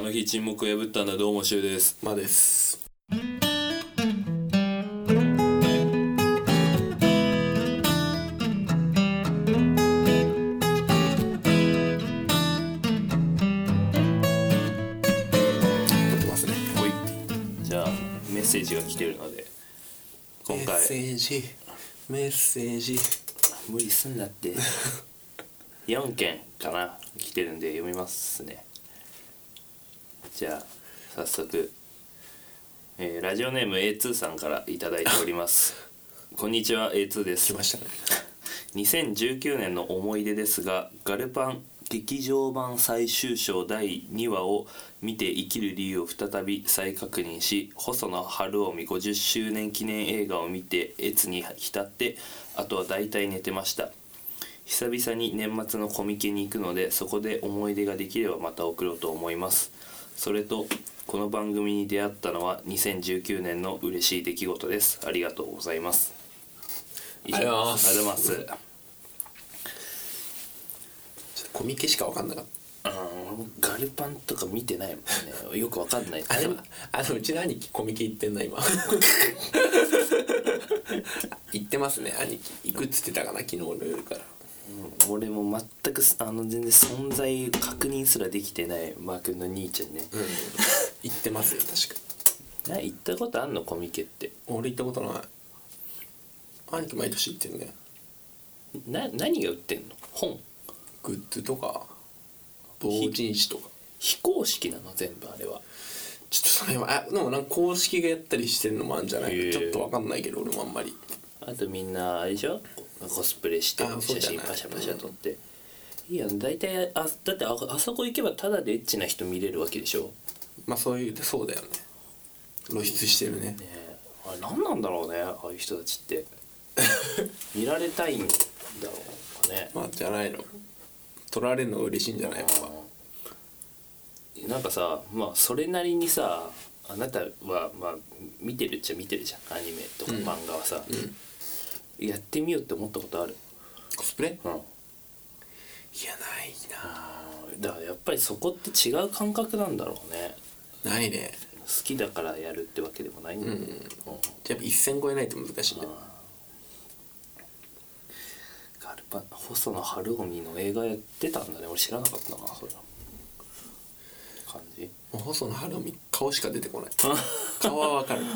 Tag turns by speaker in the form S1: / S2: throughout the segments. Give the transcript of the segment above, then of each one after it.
S1: の日沈黙を破ったんだどうもしゅうです
S2: まあです撮ってますね
S1: はいじゃあメッセージが来てるので今
S2: メッセ
S1: 回
S2: ージメッセージ
S1: 無理すんなって4件かな来てるんで読みますねじゃあ早速、えーラジオネーム A2 さんからいただいております こんにちは A2 です
S2: 来ましたね
S1: 2019年の思い出ですがガルパン劇場版最終章第2話を見て生きる理由を再び再確認し細野晴臣50周年記念映画を見て越に浸ってあとは大体寝てました久々に年末のコミケに行くのでそこで思い出ができればまた送ろうと思いますそれとこの番組に出会ったのは2019年の嬉しい出来事ですありがとうございます以上
S2: ありがとうございます
S1: ありがとうございます
S2: ちょっとコミケしか分かんなかった
S1: うんガルパンとか見てないもんねよくわかんない
S2: あ
S1: で
S2: で
S1: も
S2: もあのうちの兄貴コミケ行ってんな 今行ってますね兄貴行くっつってたかな昨日の夜から
S1: 俺も全くあの全然存在確認すらできてないマー君の兄ちゃんね
S2: うん行ってますよ確か
S1: な行ったことあんのコミケって
S2: 俺行ったことない兄貴毎年行ってんね
S1: な何が売ってんの本
S2: グッズとか同人誌とか
S1: 非公式なの全部あれは
S2: ちょっとそれはあでもなんか公式がやったりしてんのもあるんじゃな
S1: へ
S2: い
S1: え
S2: ちょっと分かんないけど俺もあんまり
S1: あとみんなあれでしょコスプレして
S2: あそう
S1: 写真
S2: じゃない
S1: パシャパシャ撮って、いいやん大体あだってああそこ行けばただでエッチな人見れるわけでしょ
S2: まあそういうそうだよね露出してるね
S1: ねえあれ何なんだろうねああいう人たちって見られたいんだろうかね
S2: まあじゃないの撮られるのが嬉しいんじゃないやっぱ
S1: なんかさまあそれなりにさあなたはまあ見てるっちゃ見てるじゃんアニメとか
S2: うん
S1: 漫画はさ、やってみようって思ったことある
S2: コスプレ
S1: うん
S2: いやない
S1: だからやっぱりそこって違う感覚なんだろうね
S2: なないね
S1: 好きだからやるってわけでもないんだ
S2: う
S1: け
S2: ん
S1: ど、うん
S2: やっぱ一線超えないと難しいんだよ
S1: ガルパン細野晴臣の映画やってたんだね俺知らなかったなそれ感じ
S2: もう細野晴臣顔しか出てこない顔はわかる
S1: うん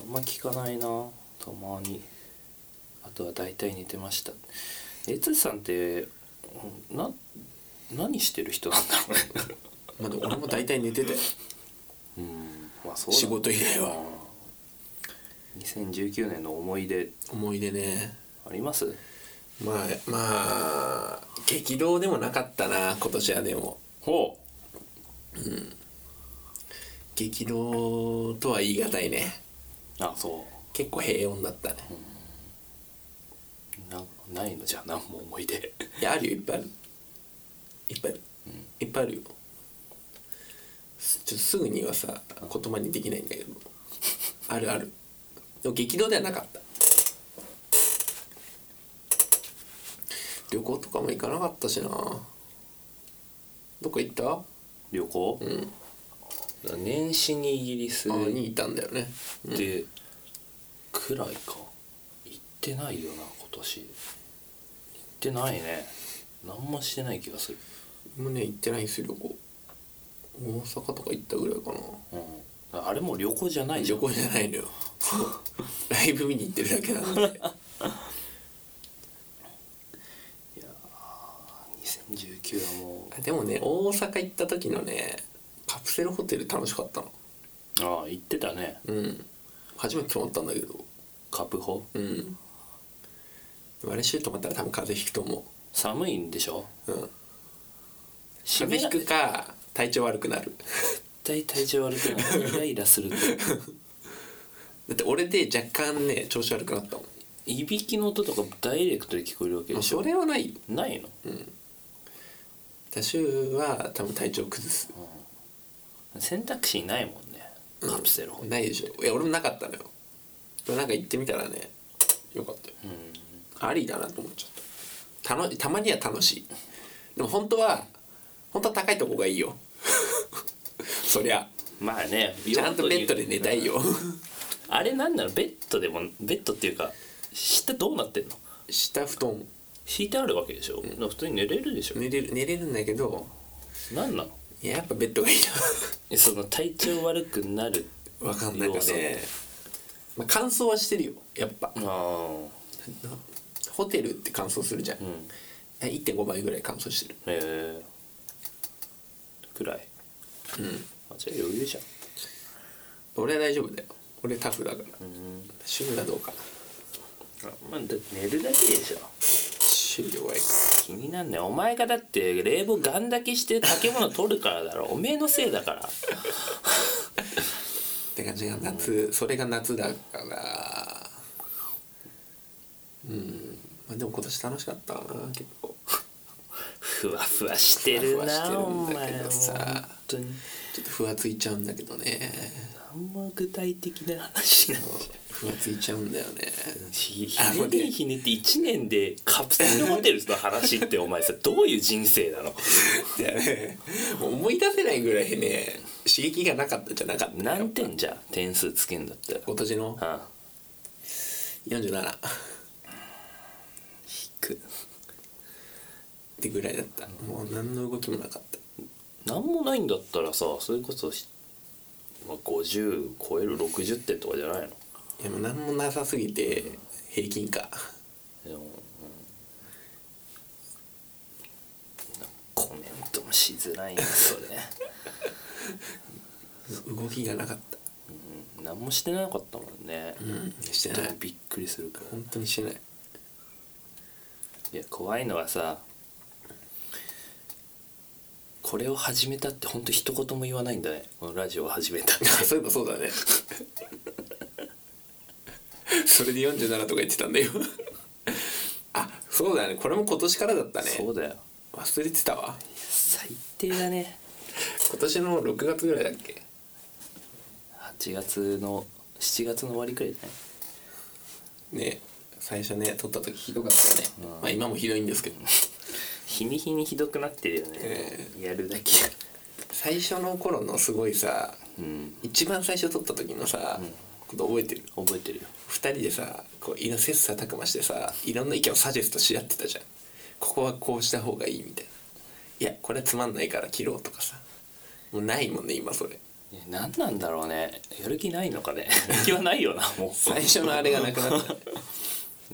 S1: あんま聞かないなたまにあとは大体似てましたえつさんってうんな何してる人なんだろうね
S2: まあでも俺も大体寝てたよ
S1: うんまあそうだ
S2: 仕事以外
S1: う
S2: は
S1: ん2019年の思い出
S2: 思い出ね
S1: あります
S2: まあまあ激動でもなかったな今年はでも
S1: ほ
S2: 激動とは言い難いね
S1: うあそ
S2: 結構平穏だったね
S1: うなないのじゃあ何も思い出
S2: いやあるよいっぱいあるいっぱいある、いっぱいあるよすちょっとすぐにはさ言葉にできないんだけどあるあるでも激動ではなかった旅行とかも行かなかったしなどこ行ったあ
S1: 旅行、年始にイギリス
S2: にいたんだよね
S1: でくらいか行ってないよな今年行ってないね何もしてない気がする
S2: もうね行ってないんですよ旅行大阪とか行ったぐらいかな
S1: うんあれもう旅行じゃないじゃ
S2: 旅
S1: ん
S2: 行じゃないのよライブ見に行ってるだけなんで
S1: 2019はも
S2: でもね大阪行った時のねカプセルホテル楽しかったの
S1: うああ行ってたね
S2: うん初めて泊まったんだけど
S1: カプホ
S2: うんでもあれシュートまったら多分風邪ひくと思
S1: 寒いんでしょ
S2: う、うん、
S1: 締
S2: 風
S1: め
S2: 邪ひくか体調悪くなる
S1: 絶対体調悪くなるイライラするんだよ
S2: だって俺で若干ね調子悪くなったもん
S1: いびきの音とかダイレクトで聞こえるわけ
S2: ま
S1: で
S2: あ
S1: しょ
S2: それはないよ
S1: ないの
S2: 多週は多分体調崩す
S1: 選択肢ないもんねカプセルホテル
S2: ないでしょいや俺もなかったのよでもなんか行ってみたらねよかったよ
S1: うん
S2: ありだなと思っちゃったたのたまには楽しいでも本当は本当は高いとこがいいよ そりゃ
S1: まあね
S2: ちゃんとベッドで寝たいよ
S1: あれなんなのベッドでもベッドっていうか下どうなってんの
S2: 下布団
S1: 敷いてあるわけでしょ、だから普通に寝れるでしょ、
S2: 寝れる寝れるんだけど
S1: なんなの
S2: いややっぱベッドがいい
S1: えその体調悪くなる
S2: な わかんないけ
S1: 要
S2: ど
S1: 素
S2: ね、まあ、乾燥はしてるよやっぱ
S1: ああ
S2: ホテルって乾燥するじゃん、
S1: う
S2: い
S1: ん
S2: や1.5倍ぐらい乾燥してる
S1: へえくらい
S2: うん
S1: あじゃあ余裕じゃん
S2: 俺は大丈夫だよ俺タフだから趣味はどうかな
S1: あまあ、だって寝るだけでしょ
S2: 趣味弱いか
S1: 気になんねお前がだって冷房ガンだけして建物取るからだろおめえのせいだ から
S2: って感じが夏それが夏だからうんまあでも今年楽しかったな結構
S1: ふわふわしてるな
S2: ふわふわしてるん
S1: お
S2: だけ
S1: 前
S2: どさ
S1: 本当に
S2: ちょっとふわついちゃうんだけどね
S1: あんま具体的な話なんじ
S2: ふわついちゃうんだよね
S1: ゃんひ
S2: あ
S1: ひね
S2: 待っ
S1: り
S2: て
S1: ひねって1年でカプセルホテルの話ってお前さどういう人生なの
S2: いやねもう思い出せないぐらいね刺激がなかったじゃなかった
S1: 何点じゃん点数つけんだったら
S2: 今年の
S1: あ
S2: 47っ
S1: く
S2: てぐらいだったもう何の動きもなかった
S1: 何もないんだったらさそれこそし、まあ、50超える60点とかじゃないの
S2: いやもう何もなさすぎて平均か
S1: でも、うん、コメントもしづらいんそれ、
S2: 動きがなかった
S1: うん、何もしてなかったもんね、
S2: うんして
S1: で
S2: な
S1: も
S2: い
S1: びっくりするから
S2: 本当にしてない
S1: いや怖いのはさこれを始めたってほんと一言も言わないんだねこのラジオを始めたって
S2: あそういえばそうだね それで47とか言ってたんだよ あそうだねこれも今年からだった ね
S1: そうだよ
S2: 忘れてたわ
S1: 最低だね
S2: 今年の6月ぐらいだっけ
S1: 8月の7月の終わりくらいじゃない
S2: ね最初ね撮った時ひどかったね、
S1: うん
S2: まあ今もひどいんですけど
S1: 日に日にひどくなってるよね、
S2: え
S1: やるだけ
S2: 最初の頃のすごいさ
S1: うん
S2: 一番最初撮った時のさ、こと覚えてる
S1: 覚えてるよ
S2: 2人でさこういろ切磋琢磨してさいろんな意見をサジェストし合ってたじゃんここはこうした方がいいみたいないやこれはつまんないから切ろうとかさもうないもんね今それ
S1: いや何なんだろうねやる気ないのかねやる気はないよなもう
S2: 最初のあれがなく なった
S1: い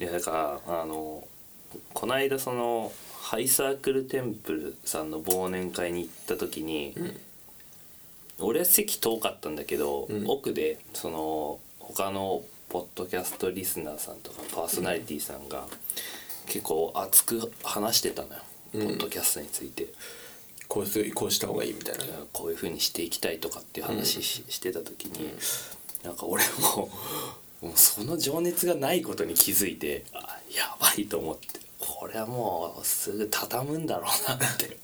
S1: やだからあのこないだそのハイサークルテンプルさんの忘年会に行った時に、俺席遠かったんだけど、
S2: うん
S1: 奥でその他のポッドキャストリスナーさんとかパーソナリティさんが結構熱く話してたのよ、
S2: うん
S1: ポッドキャストについて。
S2: こうするこうした方がいいみたいな
S1: こういうふうにしていきたいとかっていう話し,、してた時になんか俺も もうその情熱がないことに気づいてあやばいと思ってこれはもうすぐ畳むんだろうなって、
S2: で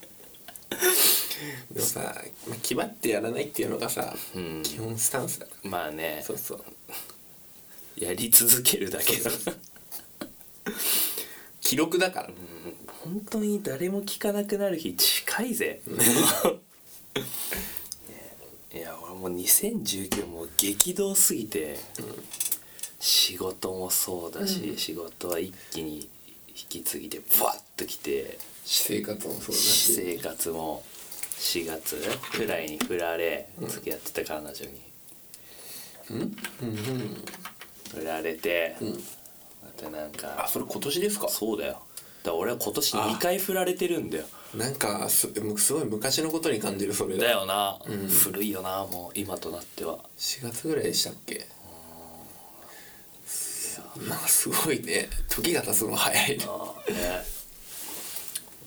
S2: もさ、まあ、気張ってやらないっていうのがさ、
S1: うん、
S2: 基本スタンスだか
S1: まあね
S2: らそうそう
S1: やり続けるだけだ
S2: 記録だから、
S1: 本当に誰も聞かなくなる日近いぜね いや俺もう2019もう激動すぎて、仕事もそうだし、仕事は一気に引き継ぎでバッときて
S2: 私生活もそうだ
S1: 私
S2: し
S1: 生活も4月くらいに振られ付き合ってた彼女に
S2: うんうん
S1: 振られて、
S2: ん
S1: またなん
S2: あ
S1: か
S2: それ今年ですか
S1: そうだよだから俺は今年2回振られてるんだよ
S2: なんかすすごい昔のことに感じるそれ
S1: だよな、古いよなもう今となっては
S2: 4月ぐらいでしたっけなんかすごいね時が経つの早いな
S1: あ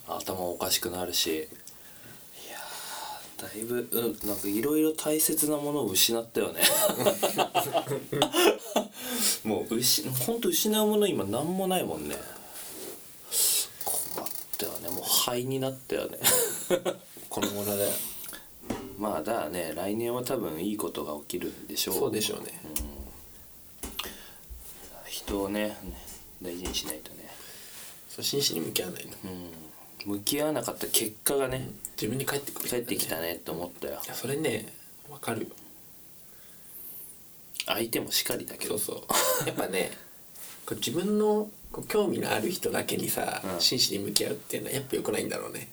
S1: あね頭おかしくなるしいやーだいぶ、うん、なんかいろいろ大切なものを失った よねもう失ほんと失うもの今何もないもんね困ったよねもう灰になったよ ね
S2: このものだよ
S1: まあだからね来年は多分いいことが起きるんでしょう
S2: そうでしょうね
S1: 人をね大事にしないとね
S2: そう真摯に向き合わないと
S1: うん向き合わなかった結果がね
S2: 自分に返ってくる、
S1: 帰ってきたねって思ったよ
S2: いやそれねわかるよ
S1: 相手もしかりだけ
S2: そ
S1: ど
S2: うそう やっぱねこう自分のこう興味のある人だけにさ、
S1: うん
S2: 真摯に向き合うっていうのはやっぱ良くないんだろうね、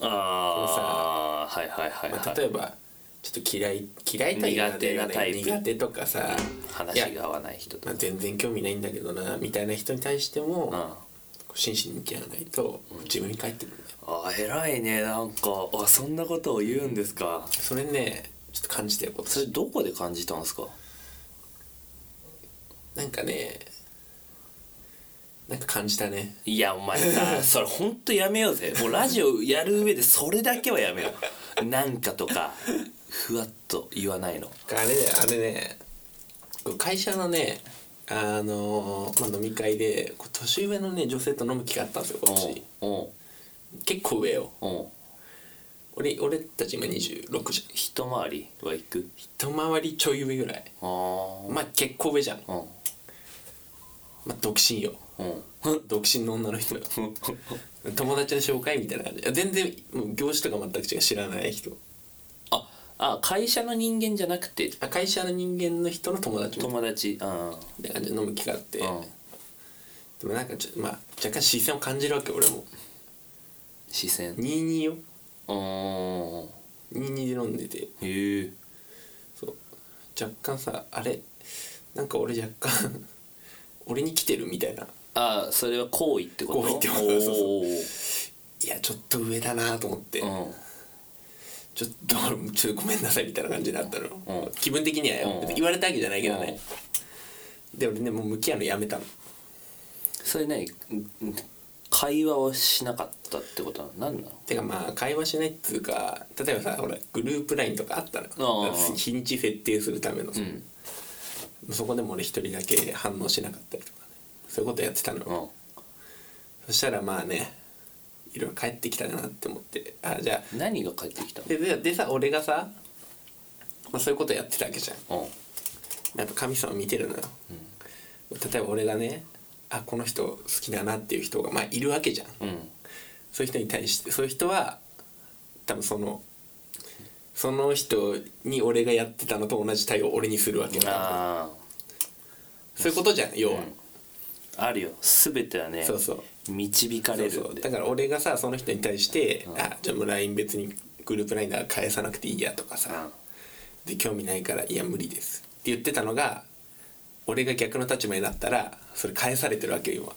S1: ああはいはいはい
S2: ま
S1: は
S2: あ、
S1: い、
S2: 例えばちょっと嫌い嫌いとは言わないけど
S1: 苦手なタイプ
S2: 苦手とかさ
S1: 話
S2: い
S1: が
S2: や
S1: 合わない人とか
S2: まあ、全然興味ないんだけどなみたいな人に対しても、
S1: うん
S2: こう真摯に向き合わないと自分に返ってくるね、
S1: あー偉いねなんかあそんなことを言うんですか
S2: それねちょっと感じてること
S1: それどこで感じたんですか
S2: なんかねなんか感じたね
S1: いやお前 さそれほんとやめようぜもうラジオやる上でそれだけはやめようなんかとかふわっと言わないの
S2: あれだよあれねこう会社のねあのーまあ、飲み会でこう年上のね女性と飲む機会あったんですよ今年
S1: おん
S2: 結構上よ
S1: おんおん
S2: 俺俺たち今26じゃん
S1: 一回りは行く
S2: 一回りちょい上ぐらい
S1: ああ
S2: まあ結構上じゃん、
S1: うん
S2: まあ、独身よ
S1: うん
S2: 独身の女の人よ 友達の紹介みたいな感じいや全然もう業種とか全く違う知らない人
S1: ああ会社の人間じゃなくて
S2: あ会社の人間の人の友達み
S1: 友達うんうん
S2: たいな感じで飲む機会あって、でもなんかちょ、まあ、若干視線を感じるわけ俺も
S1: 視線
S2: 22よ
S1: うん
S2: 22で飲んでて
S1: へえ
S2: そう若干さあれなんか俺若干 俺に来てるみたいな
S1: あそれは行為ってこと
S2: 行為ってこと
S1: おー
S2: そういやちょっと上だなと思って、ちょっと俺ちょっとごめんなさいみたいな感じになったの、
S1: うん
S2: 気分的にはよ、
S1: うん
S2: 別に言われたわけじゃないけどね、で俺ねもう向き合うのやめたの
S1: それ何ん会話をしなかったってことは何なの
S2: てかまあ会話しないっつうか例えばさほらグループラインとかあったら
S1: ああ
S2: 日にち設定するためのさ、
S1: ん
S2: そこでも俺一人だけ反応しなかったりとかねそういうことやってたの、
S1: うん
S2: そしたらまあねいろいろ帰ってきたなって思ってあじゃあ
S1: 何が返ってきた
S2: でででさ俺がさ、まあ、そういうことやってたわけじゃん
S1: のうん
S2: やっぱ神様見てるのよ、例えば俺がねあこの人好きだなっていう人がまあいるわけじゃん
S1: うん
S2: そういう人に対してそういう人は多分そのその人に俺がやってたのと同じ対応を俺にするわけだ
S1: あ
S2: そういうことじゃん要は、
S1: ああるよ全てはね
S2: そうそう
S1: 導か
S2: そ
S1: れ
S2: う
S1: る
S2: そ
S1: ん
S2: う
S1: で
S2: だから俺がさその人に対して「あじゃあもう LINE 別にグループ LINE だから返さなくていいや」とかさ「で興味ないからいや無理です」って言ってたのが俺が逆の立場になったらそれ返されてるわけよ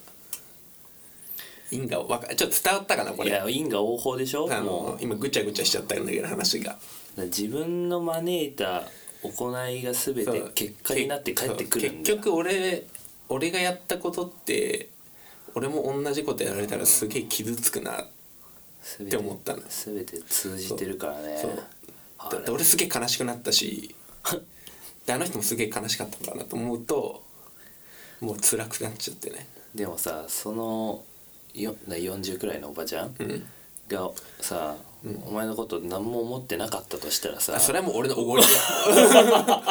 S2: 今因果をわかちょっと伝わったかなこ
S1: い
S2: れあ
S1: や因果応報でしょもう
S2: の今ぐちゃぐちゃしちゃったんだけど話が
S1: だから自分の招いた行いが全
S2: そ
S1: て
S2: う
S1: 結果になって返ってくるんだ
S2: そう結局俺俺がやったことって俺も同じことやられたらすげえ傷つくな
S1: っ
S2: って思ったの
S1: 全て通じてるからね
S2: そう
S1: あ
S2: だって俺すげえ悲しくなったしであの人もすげえ悲しかったのかなと思うともう辛くなっちゃってね
S1: でもさそのよな40くらいのおばちゃん、
S2: ん
S1: がさ、お前のこと何も思ってなかったとしたらさ
S2: あそれはもう俺の おごりだ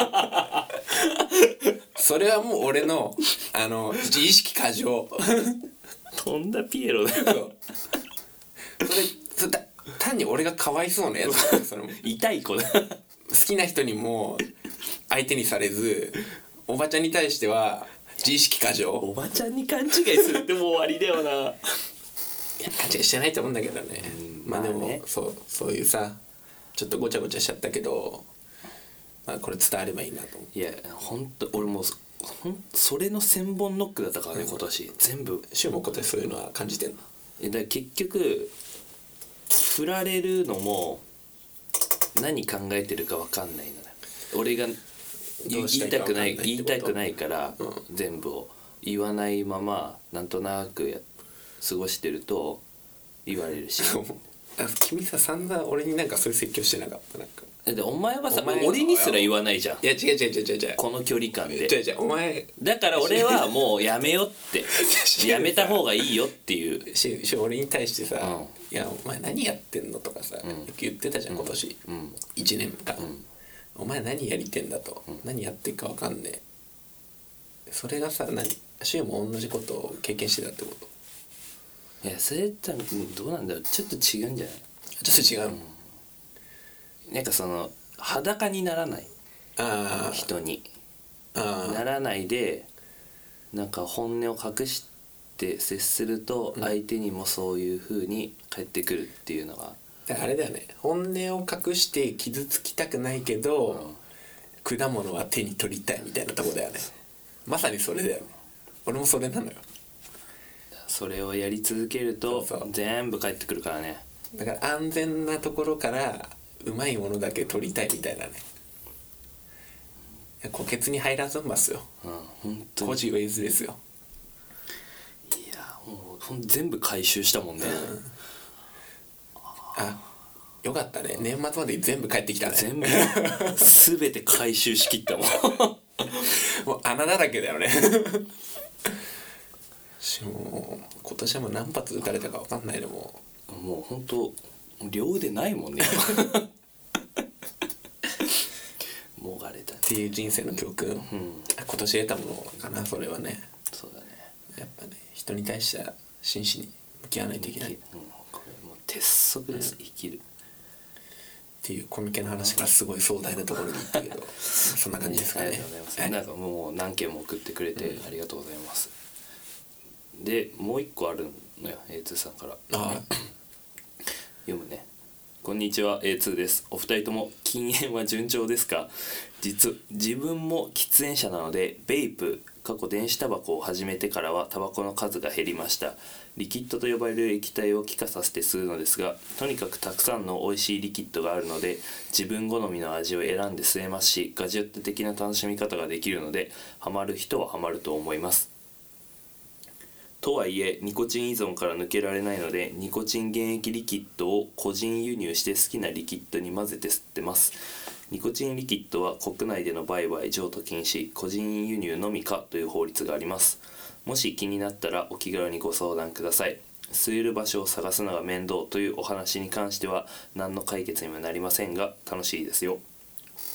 S2: それはもう俺のあの自意識過剰
S1: とんだピエロだよ
S2: そうそれそれだ単に俺がかわいそうなやつそれも
S1: 痛い子だ
S2: 好きな人にも相手にされずおばちゃんに対しては自意識過剰
S1: おばちゃんに勘違いするってもう終わりだよな
S2: いや勘違いしてないと思うんだけどね
S1: うん
S2: まあでも、
S1: まあね
S2: そうそういうさちょっとごちゃごちゃしちゃったけど、まあ、これ伝わればいいなと思う
S1: いやほんと俺もうそほんそれの千本ノックだったからね今年全部
S2: 柊も今年そういうのは感じてんの
S1: えだから結局振られるのも何考えてるか分かんないのよ俺が
S2: ど
S1: 言
S2: うした
S1: い
S2: いか
S1: たく
S2: 分かん
S1: な
S2: ない
S1: い
S2: ってこと
S1: 言いたくないから、全部を言わないままなんとなくや過ごしてると言われ るし
S2: あ君さ散々俺になんかそういう説教してなかったなんか
S1: だってお前はさ
S2: お前は
S1: 俺にすら言わないじゃん
S2: いや違う違う違う違う違う
S1: この距離感
S2: 違う
S1: で
S2: 違うお前
S1: だから俺はもうやめよ ってやめた方がいいよっていう
S2: しし俺に対してさ「
S1: うん
S2: いやお前何やってんの?」とかさ、よく言ってたじゃん今年、
S1: うん
S2: 1年間、お前何やりてんだと、何やってるか分かんねえそれがさ何柊も同じことを経験してたってこと
S1: いいやそれ多分どうなんだろうちょっと違うんじゃない
S2: ちょっと違う、
S1: なんかその裸にならない
S2: あー
S1: 人に
S2: あ
S1: ならないでなんか本音を隠して接すると相手にもそういう風に返ってくるっていうのが、
S2: ーあれだよね本音を隠して傷つきたくないけど、果物は手に取りたいみたいなとこだよねまさにそれだよね俺もそれなのよ
S1: それをやり続けると
S2: そうそう
S1: 全部返ってくるからね
S2: だから安全なところからうまいものだけ取りたいみたいなねいや虎穴に入らずんますよ
S1: うん本当に
S2: 個人ウェイズですよ
S1: いやもうほん全部回収したもんね、
S2: あよかったね年末まで全部帰ってきたね
S1: 全部全て回収しきったもん
S2: もう穴だらけだよね しもう今年はもう何発撃たれたか分かんないでも
S1: もう本当両腕ないもんね今もがれたね
S2: っていう人生の教訓、
S1: ん
S2: 今年得たものかなそれはね
S1: そうだね
S2: やっぱね人に対しては真摯に向き合わないといけないっ
S1: うんこれもう鉄則です、生きる
S2: ていうコミケの話からすごい壮大なところに行ったけ どそんな感じですか
S1: あり
S2: ね
S1: がとうございます、
S2: はい
S1: なんかもう何件も送ってくれてありがとうございます、でもう一個あるのよ A2 さんから
S2: あ
S1: 読むねこんにちは A2 ですお二人とも禁煙は順調ですか実自分も喫煙者なのでベイプ過去電子タバコを始めてからはタバコの数が減りましたリキッドと呼ばれる液体を気化させて吸うのですがとにかくたくさんの美味しいリキッドがあるので自分好みの味を選んで吸えますしガジェット的な楽しみ方ができるのでハマる人はハマると思いますとはいえニコチン依存から抜けられないのでニコチン原液リキッドを個人輸入して好きなリキッドに混ぜて吸ってますニコチンリキッドは国内での売買譲渡禁止個人輸入のみかという法律がありますもし気になったらお気軽にご相談ください吸える場所を探すのが面倒というお話に関しては何の解決にもなりませんが楽しいですよ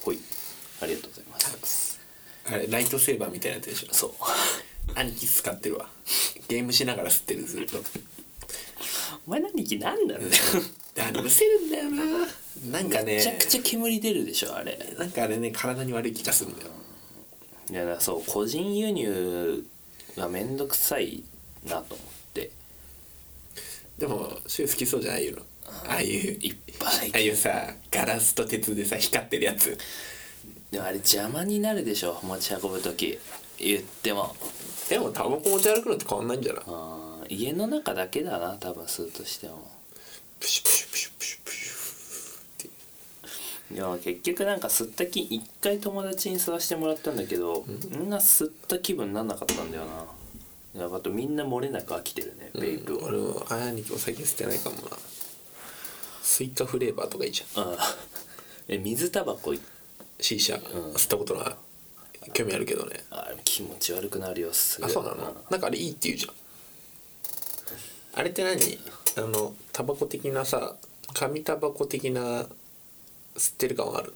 S1: ほいありがとうございます
S2: あれライトセーバーみたいなやつでしょ
S1: そう
S2: 兄貴使ってるわゲームしながら吸ってるずっと
S1: お前何気なんだろう ね
S2: あでもむせるんだよななんかね
S1: めちゃくちゃ煙出るでしょあれ
S2: なんかあれね体に悪い気がするんだよ
S1: いやだからそう個人輸入がめんどくさいなと思って
S2: でも柊好きそうじゃないよああいう
S1: いっぱ
S2: ああ
S1: い
S2: いうさガラスと鉄でさ光ってるやつ
S1: でもあれ邪魔になるでしょ持ち運ぶ時言っても
S2: でもタバコ持ち歩くのって変わんないんじゃない
S1: うん家の中だけだな多分吸うとしても
S2: プシュプシュプシュプシュプシュって
S1: でも結局なんか吸った気一回友達に吸わしてもらったんだけど、みんな吸った気分になんなかったんだよなあとみんな漏れなく飽きてるねベイプを、
S2: 俺もあやに今日最近吸ってないかもなスイカフレーバーとかいいじゃん
S1: うんえ水タバコ
S2: C 社、吸ったことない興味あるけどね
S1: あれ気持ち悪くなるよすぐ
S2: あそうなの、
S1: ん
S2: なんかあれいいって言うじゃんあれって何あのタバコ的なさ紙タバコ的な吸ってる感はある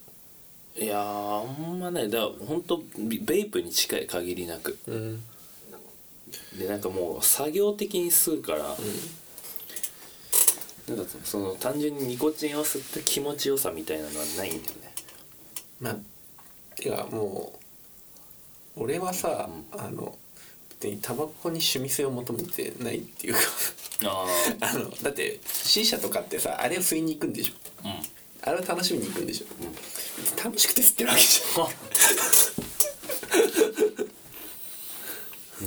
S1: いやーあんまねだからほんとベベイプに近い限りなく
S2: うん
S1: でなんかもう作業的に吸うから、なんかそその単純にニコチンを吸った気持ちよさみたいなのはないんだよね
S2: まあてかもう俺はさ、あの別にタバコに趣味性を求めてないっていうか
S1: あ
S2: あのだって C 社とかってさあれを吸いに行くんでしょ
S1: あうん
S2: あれを楽しみに行くんでしょ、楽しくて吸ってるわけじ ゃ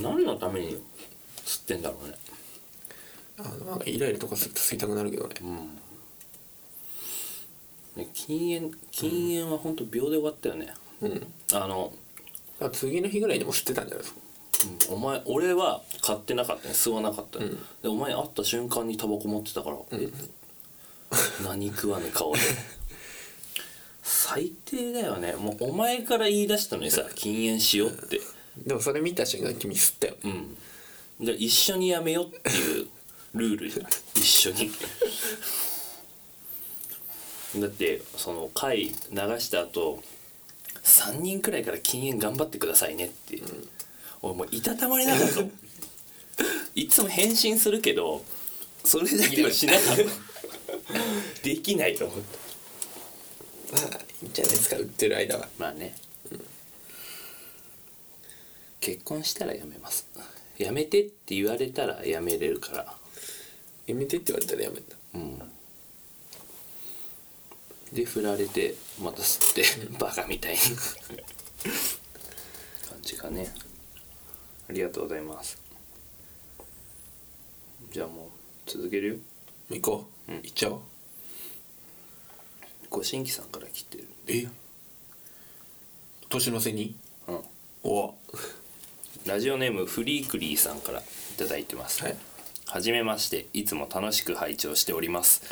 S2: ん
S1: 何のために吸ってんだろうね
S2: あのなんかイライラとかすると吸いたくなるけどね、
S1: で禁煙禁煙はほんと秒で終わったよね、
S2: うん
S1: あの、
S2: あ次の日ぐらいにも吸ってたんじゃないですか
S1: うんお前俺は買ってなかったね吸わなかったね、
S2: うん
S1: でお前会った瞬間にタバコ持ってたから、え何食わぬ顔 で最低だよねもうお前から言い出したのにさ禁煙しようって
S2: でもそれ見た瞬間君吸ったよ、
S1: うんじゃあ一緒にやめようっていうルールじゃん一緒にだってその回流した後3人くらいから禁煙頑張ってくださいねって、俺もういたたまれなかったもんいつも返信するけどそれだけはしなかったできないと思った
S2: まあいいんじゃないですか売ってる間は
S1: まあね、結婚したら辞めます辞めてって言われたら辞めれるから
S2: やめてって言われたらやめた
S1: うんで振られてまた吸って、 バカみたいな感じかねありがとうございますじゃあもう続けるよ
S2: もう行こう、
S1: うん
S2: 行っちゃおう
S1: ご新規さんから来てる
S2: え年の瀬に
S1: うん
S2: お
S1: ラジオネームフリークリーさんからいただいてます、
S2: はい
S1: はじめましていつも楽しく拝聴しております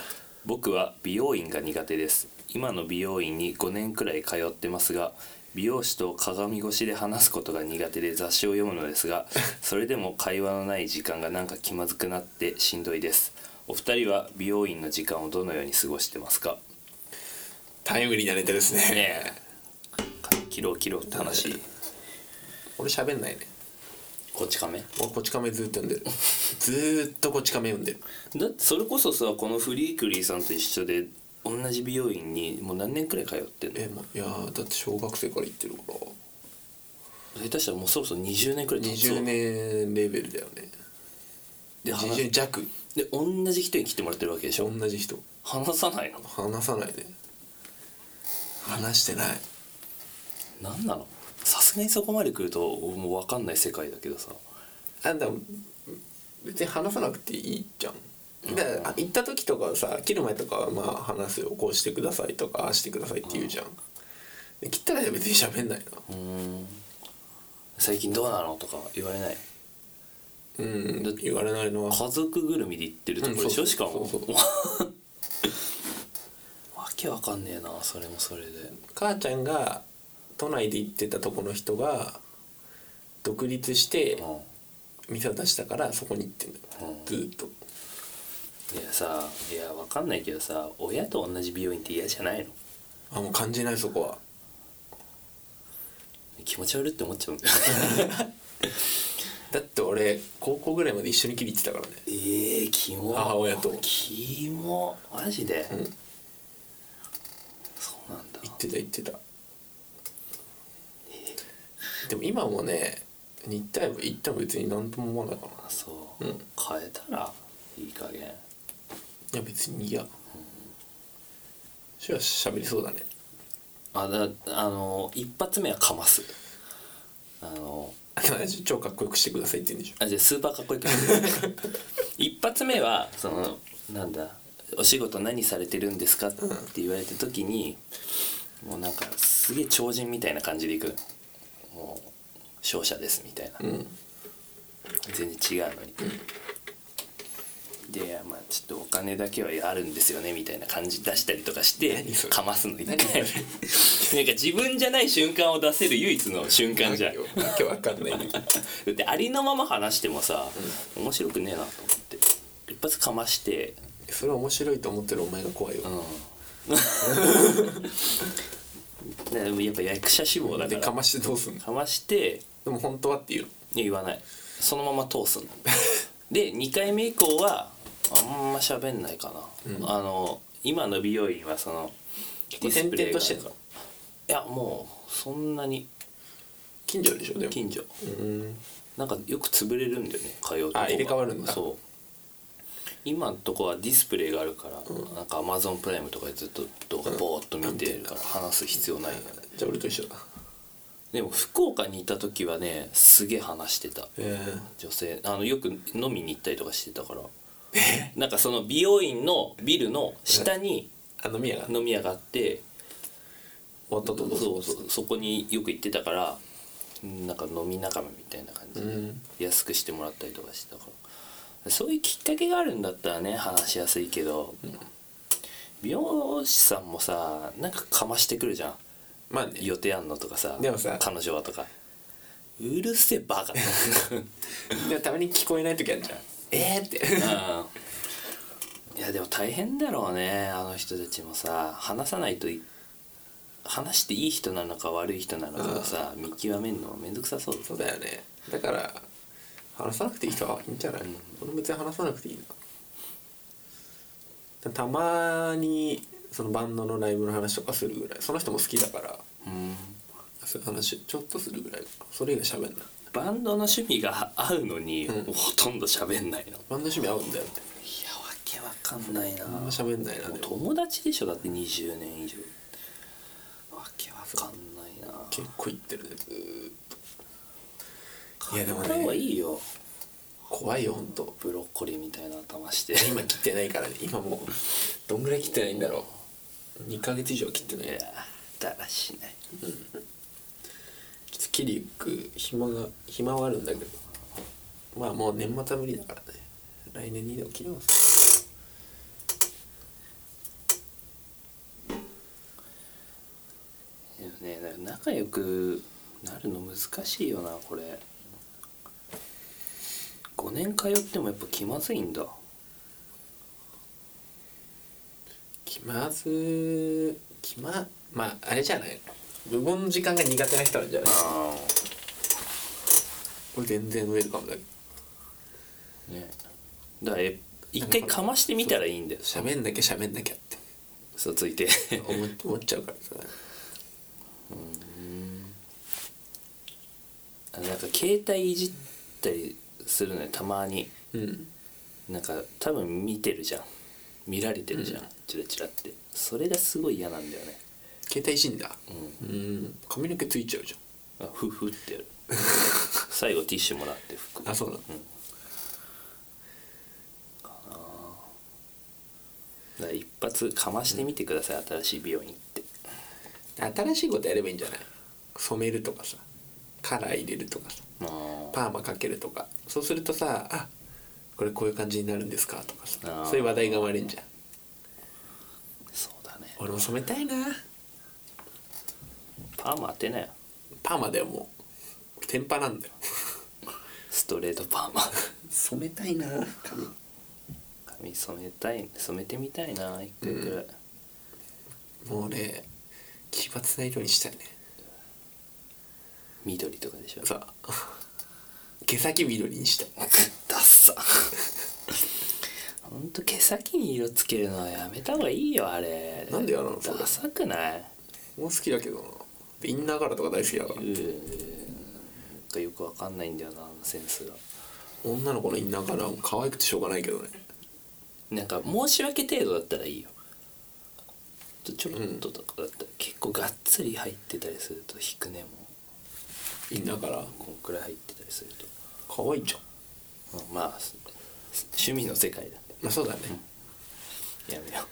S1: 僕は美容院が苦手です今の美容院に5年くらい通ってますが美容師と鏡越しで話すことが苦手で雑誌を読むのですがそれでも会話のない時間がなんか気まずくなってしんどいですお二人は美容院の時間をどのように過ごしてますか
S2: タイムリーなネタですね
S1: ねえキロキロって話
S2: 俺喋んないね
S1: こっち亀
S2: 俺こち亀ずーっと読んでるずーっとこち亀読んでる
S1: だってそれこそさこのフリークリーさんと一緒で同じ美容院にもう何年くらい通ってんの
S2: えもういやーだって小学生から行ってるから
S1: 下手したらもうそろそろ20年くらい経つ
S2: 20年レベルだよね
S1: で
S2: 20
S1: 話
S2: 年弱
S1: で同じ人に来てもらってるわけでしょ
S2: 同じ人
S1: 話さないの
S2: 話さないね話してない
S1: 何なのさすがにそこまで来るともう分かんない世界だけどさ
S2: あんた別に話さなくていいじゃんだからあ行った時とかはさ切る前とかはまあ話すよこうしてくださいとかああしてくださいって言うじゃんで切ったら別に喋んないな
S1: うーん最近どうなのとか言われない
S2: うん
S1: だって
S2: 言われないのは
S1: 家族ぐるみで行ってるとこでしょ、しかも
S2: そうそう
S1: わけわかんねえなそれもそれで
S2: 母ちゃんが都内で行ってたとこの人が独立して
S1: うん
S2: 店を出したからそこに行ってんだよ
S1: うん
S2: ずーっと
S1: いやさいやわかんないけどさ親と同じ美容院って嫌じゃないの
S2: あもう感じないそこは
S1: 気持ち悪いって思っちゃうんだよ
S2: だって俺高校ぐらいまで一緒に切り行ってたからね
S1: えー、キモ
S2: 母親と
S1: キモマジで、
S2: うん
S1: そうなんだ
S2: 言ってた言ってたでも今もね日体部行っても別に何とも思わないかな
S1: あそう、
S2: うん
S1: 変えたらいい加減
S2: いや別に嫌しはしゃべりそうだね
S1: あだあの一発目はかますあの
S2: あでもね超かっこよくしてくださいって言うんでしょ
S1: あじゃあスーパーかっこいいから一発目はそのなんだお仕事何されてるんですかって言われた時に、もうなんかすげえ超人みたいな感じでいくもう勝者ですみたいな、
S2: うん
S1: 全然違うのに、でまあちょっとお金だけはあるんですよねみたいな感じ出したりとかして
S2: 何それ
S1: かますの一回なんか自分じゃない瞬間を出せる唯一の瞬間じゃん
S2: わけわけわかんないね
S1: だってありのまま話してもさ、面白くねえなと思って一発かまして
S2: それ面白いと思ってるお前が怖いよ
S1: うんね でもやっぱ役者志望だか
S2: で
S1: ら
S2: か
S1: か
S2: ましてどうすんの
S1: まして
S2: でも本当はってい
S1: い
S2: う
S1: や言わないそのまま通 すので2回目以降はあんま喋んないかな、
S2: うん
S1: あの今の美容院はその
S2: 構転々としてん
S1: い
S2: の
S1: やもうそんなに
S2: 近所でしょでも
S1: 近所
S2: うん
S1: なんかよく潰れるんだよね通うとこが
S2: あ入れ替わるんだ
S1: そう今のとこはディスプレイがあるから、なんかアマゾンプライムとかでずっと動画ボーっと見てるから話す必要ないよね、
S2: じゃあ俺と一緒だ
S1: でも福岡にいた時はねすげえ話してた
S2: ええ
S1: 女性あのよく飲みに行ったりとかしてたからなんかその美容院のビルの下に
S2: あ飲み屋が終
S1: 飲み屋があって
S2: わったとどう
S1: そう
S2: ぞ
S1: そうそこによく行ってたからなんか飲み仲間みたいな感じで
S2: うん
S1: 安くしてもらったりとかしてたからそういうきっかけがあるんだったらね話しやすいけど、美容師さんもさなんかかましてくるじゃん
S2: まあね
S1: 予定あんのとかさ
S2: でもさ
S1: 彼女はとかうるせえバ カ
S2: でもたまに聞こえない時あるじゃんえーって
S1: うんいやでも大変だろうねあの人たちもさ話さないとい話していい人なのか悪い人なのかをさ見極めるのめんどくさそう
S2: そうだよねだから話さなくていい人はいいんじゃない、俺も別に話さなくていいなたまにそのバンドのライブの話とかするぐらいその人も好きだから
S1: うん
S2: そういう話ちょっとするぐらいかなそれ以外喋んない
S1: バンドの趣味が合うのに、
S2: うん
S1: ほとんど喋んないのいやわ
S2: バンド趣味合うんだよって
S1: けわかんないな
S2: あんま喋んないな
S1: もう
S2: でも
S1: 友達でしょだって20年以上わけわかんないな
S2: 結構言ってるねずーっとい
S1: や
S2: や
S1: で
S2: で
S1: も
S2: も
S1: ね買っ
S2: ね
S1: た方がいいよ
S2: 怖いよほんと
S1: ブロッコリーみたいな頭して
S2: 今切ってないからね今もうどんぐらい切ってないんだろう2ヶ月以上切ってない
S1: いやだらしない
S2: ちょっと切り行く暇が暇はあるんだけどまあもう年末は無理だからね来年にでも切ります
S1: でもねだから仲良くなるの難しいよなこれ5年通ってもやっぱ気まずいんだ
S2: 気まず気ままああれじゃない無言の時間が苦手な人なんじゃない
S1: あ
S2: これ全然ウェルカムだけど
S1: あねだからえ一回かましてみたらいいんだよ
S2: 喋んなきゃ喋んなきゃって
S1: 嘘ついて
S2: 思 っ思っちゃうからさ
S1: あなんか携帯いじったりするのよたまに
S2: うん
S1: なんか多分見てるじゃん見られてるじゃん、チラチラってそれがすごい嫌なんだよね
S2: 携帯死んだ
S1: う
S2: うん髪の毛ついちゃうじ
S1: んあふふってやる 最後ティッシュもらって服
S2: ゃんあそうなの
S1: うんだから一発かましてみてください、新しい美容院行って
S2: 新しいことやればいいんじゃない染めるとかさカラー入れるとかさ
S1: あ
S2: パーマかけるとかそうするとさ「あこれこういう感じになるんですか」とか
S1: あ
S2: さ
S1: ー
S2: そういう話題が生まれんじゃん
S1: そうだね
S2: 俺も染めたいな
S1: パーマ当てなよ
S2: パーマだよもう天パなんだよ
S1: ストレートパーマ
S2: 染めたいな髪
S1: 髪染めたい染めてみたいな一回くらい、
S2: もう俺奇抜な色にしたいね
S1: 緑とかでしょ
S2: さ毛先緑にしたい
S1: ダッサほんと毛先に色つけるのはやめた方がいいよあれ
S2: なんでやらんのそれ
S1: ダサくない
S2: もう好きだけどなインナーカラーとか大好きだか
S1: う
S2: ら
S1: ーんなんかよくわかんないんだよなあのセンスが
S2: 女の子のインナーカラーも可愛くてしょうがないけどね
S1: なんか申し訳程度だったらいいよちょちょろっととかだったら、結構がっつり入ってたりすると引くねも
S2: インナーカラー
S1: うこんくらい入ってたりすると
S2: 可愛いじゃん
S1: うんまあす趣味の世界だね
S2: まあそうだね
S1: やめようっ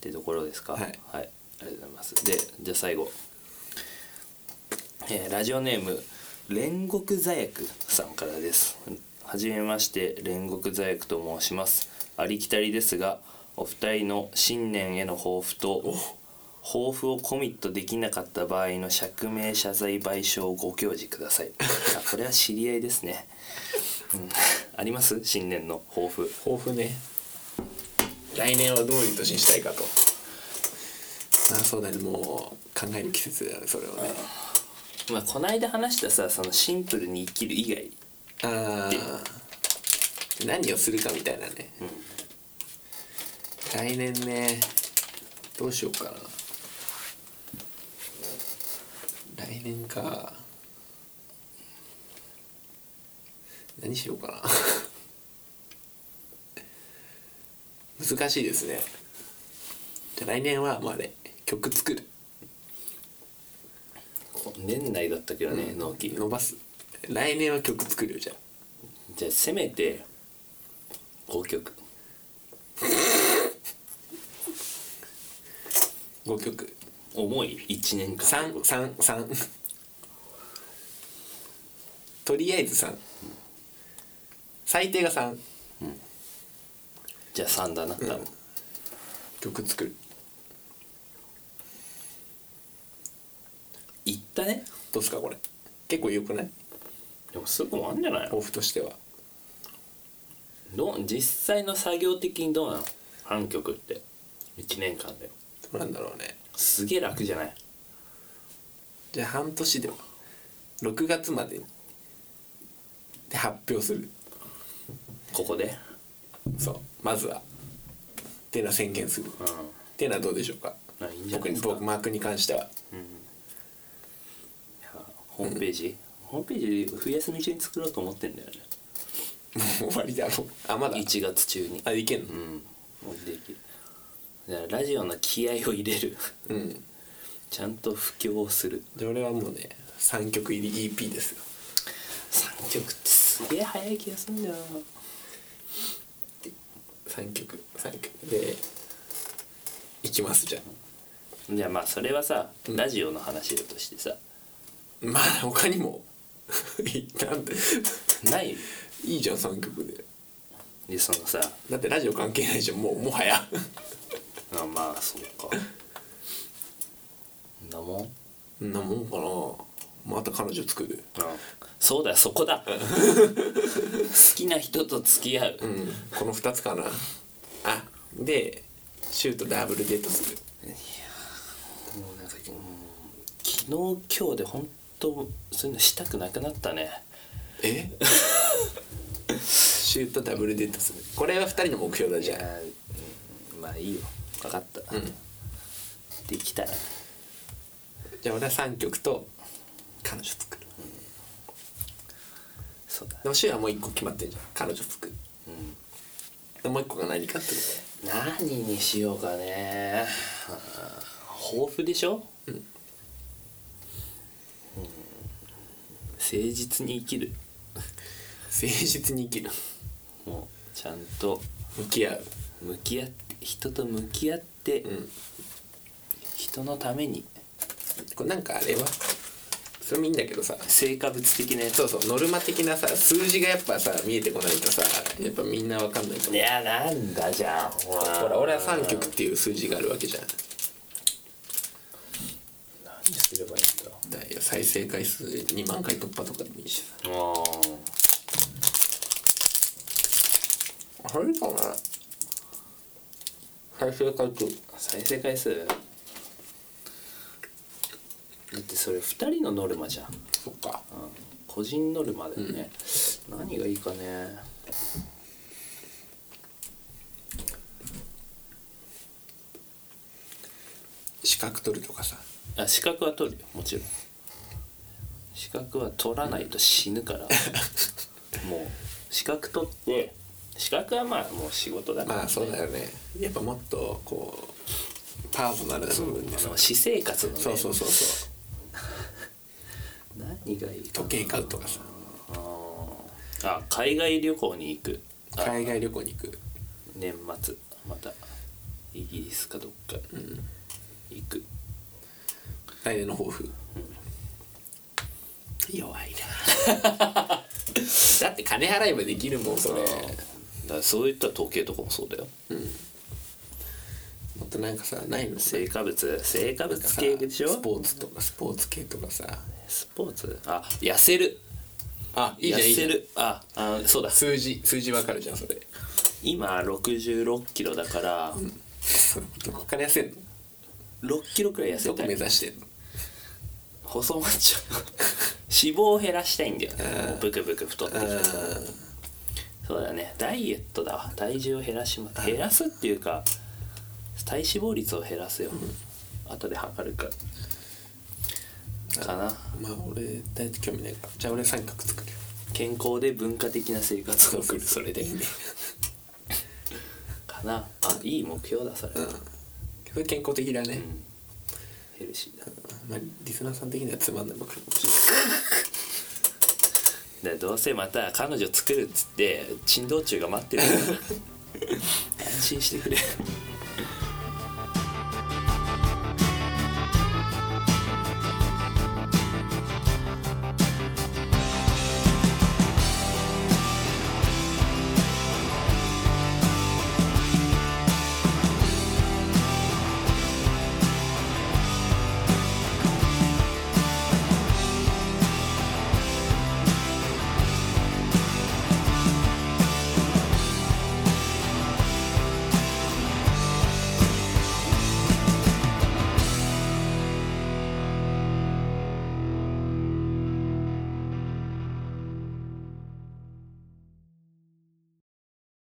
S1: てところですか
S2: はい
S1: ありがとうございますでじゃあ最後、えーラジオネーム煉獄座薬さんからですはじめまして煉獄座薬と申しますありきたりですがお二人の新年への抱負と抱負をコミットできなかった場合の釈明謝罪賠償をご教示くださいあこれは知り合いですね、うん、あります新年の抱負
S2: 抱負ね来年はどういう年にしたいかとあそうだねもう考える季節だねそれをね
S1: まあこの間話したさそのシンプルに生きる以外
S2: ああ何をするかみたいなね、来年ねどうしようかな来年か何しようかな 難しいですねじゃあ来年はまああれ曲作る
S1: 年内だったけどね納期、
S2: 伸ばす来年は曲作るよじゃあ
S1: じゃあせめて5曲
S2: 5曲
S1: 重い1年間
S2: 三三三とりあえず三最低が三
S1: じゃあ3だな多分、
S2: 曲作る
S1: いったね
S2: どうすかこれ結構良くない
S1: でもすぐ終わんじゃないの
S2: 抱負としては
S1: どう実際の作業的にどうなの半曲って1年間で
S2: どうなんだろうね
S1: すげえ楽じゃない
S2: じゃあ半年でも6月までにで発表する
S1: ここで
S2: そうまずはっていうのは宣言する、っ
S1: う
S2: ていうのはどうでしょうか
S1: んあいいんじゃな
S2: 僕
S1: いで
S2: に
S1: すか
S2: 僕マークに関しては
S1: いやホームページ、ホームページ冬休み中に作ろうと思ってんだよね
S2: もう終わりだろうあまだ
S1: 1月中に
S2: あいけん
S1: う
S2: の
S1: んもうできるだからラジオの気合を入れる
S2: うん
S1: ちゃんと布教をする
S2: で俺はもうね3曲入り EP ですよ
S1: 3曲ってすげえ早い気がするんだよな
S2: 3曲3曲でいきますじゃ
S1: じゃあまあそれはさ、
S2: うん
S1: ラジオの話だとしてさ
S2: あまあ他にも いいなんで
S1: ない
S2: いいじゃん3曲で
S1: でそのさ
S2: だってラジオ関係ないじゃんもうもはや
S1: あまあそうかんなもん、
S2: そんなもんかなまた彼女作る
S1: うん、そうだよそこだ好きな人と付き合う、
S2: うんこの2つかなあでシュートダブルデートする
S1: もうなんかうん昨日今日で本当そういうのしたくなくなったね
S2: え シュートダブルデートするこれは2人の目標だ
S1: い
S2: じ
S1: や
S2: ゃあ
S1: うんまあいいよ分かった、できたら
S2: じゃあ俺は3曲と彼女作る
S1: そうだ
S2: でもシューはもう1個決まってんじゃん彼女作る
S1: うん
S2: でもう1個が何かってこ
S1: 何にしようかねあー豊富でしょ、うん誠実に生きる
S2: と誠実に生きる
S1: もうちゃんと
S2: 向き合う
S1: 向き合って人と向き合って、
S2: ん
S1: 人のために
S2: これなんかあれはそれもいいんだけどさ
S1: 成果物的なやつ
S2: そうそうノルマ的なさ数字がやっぱさ見えてこないとさやっぱみんなわかんないと
S1: い
S2: 思う
S1: やなんだじゃんほ
S2: ほら俺は3曲っていう数字があるわけじゃん
S1: 何すればいいんだ
S2: だよ再生回数2万回突破とかでもいいしさ
S1: あ
S2: あれかな再生回数
S1: あ再生回数だってそれ2人のノルマじゃん、うん、
S2: そっか
S1: 個人ノルマだよね、何がいいかね
S2: 資格取るとかさ
S1: あ資格は取るよもちろん資格は取らないと死ぬ から、もう資格取って資格はまあもう仕事だから、
S2: まあそうだよねやっぱもっとこうパーソナルな部分で
S1: あ
S2: さ
S1: の私生活のね
S2: そうそうそうそう
S1: 何がいいか
S2: 時計買うとかさ
S1: あーあ海外旅行に行くあ
S2: 海外旅行に行く
S1: 年末またイギリスかどっか行く、
S2: 来年の抱負弱いなだって金払えばできるもんそれ
S1: あーだからそういった時計とかもそうだよ
S2: もっとなんかさないの
S1: 成果物成果
S2: なんか
S1: 物
S2: さ
S1: 系でしょ
S2: スポーツとかスポーツ系とかさ
S1: スポーツあ痩せる
S2: あいいじゃんい
S1: 痩
S2: いじ
S1: せ
S2: ゃん
S1: るああそうだ
S2: 数字数字わかるじゃんそれ
S1: 今6 6キロだから
S2: どこから痩せんの
S1: 6キロくらい痩せ
S2: どこ
S1: た
S2: 目
S1: い
S2: 指してんの
S1: 細マっちゃう 脂肪を減らしたいんだよねもうブクブク太ってきてそうだねダイエットだわ体重を減らしま減らすっていうか体脂肪率を減らすよ、後で測るからかな
S2: まあ俺大体興味ないからじゃあ俺三角作るよ
S1: 健康で文化的な生活を送るそれで
S2: いいね
S1: かなあいい目標だそれ、
S2: うんそれ健康的だね、
S1: ヘルシーだだか
S2: まあ、リスナーさん的にはつまんないばっかりかもしれない
S1: らどうせまた彼 女作るっつって珍道中が待ってるから安心してくれ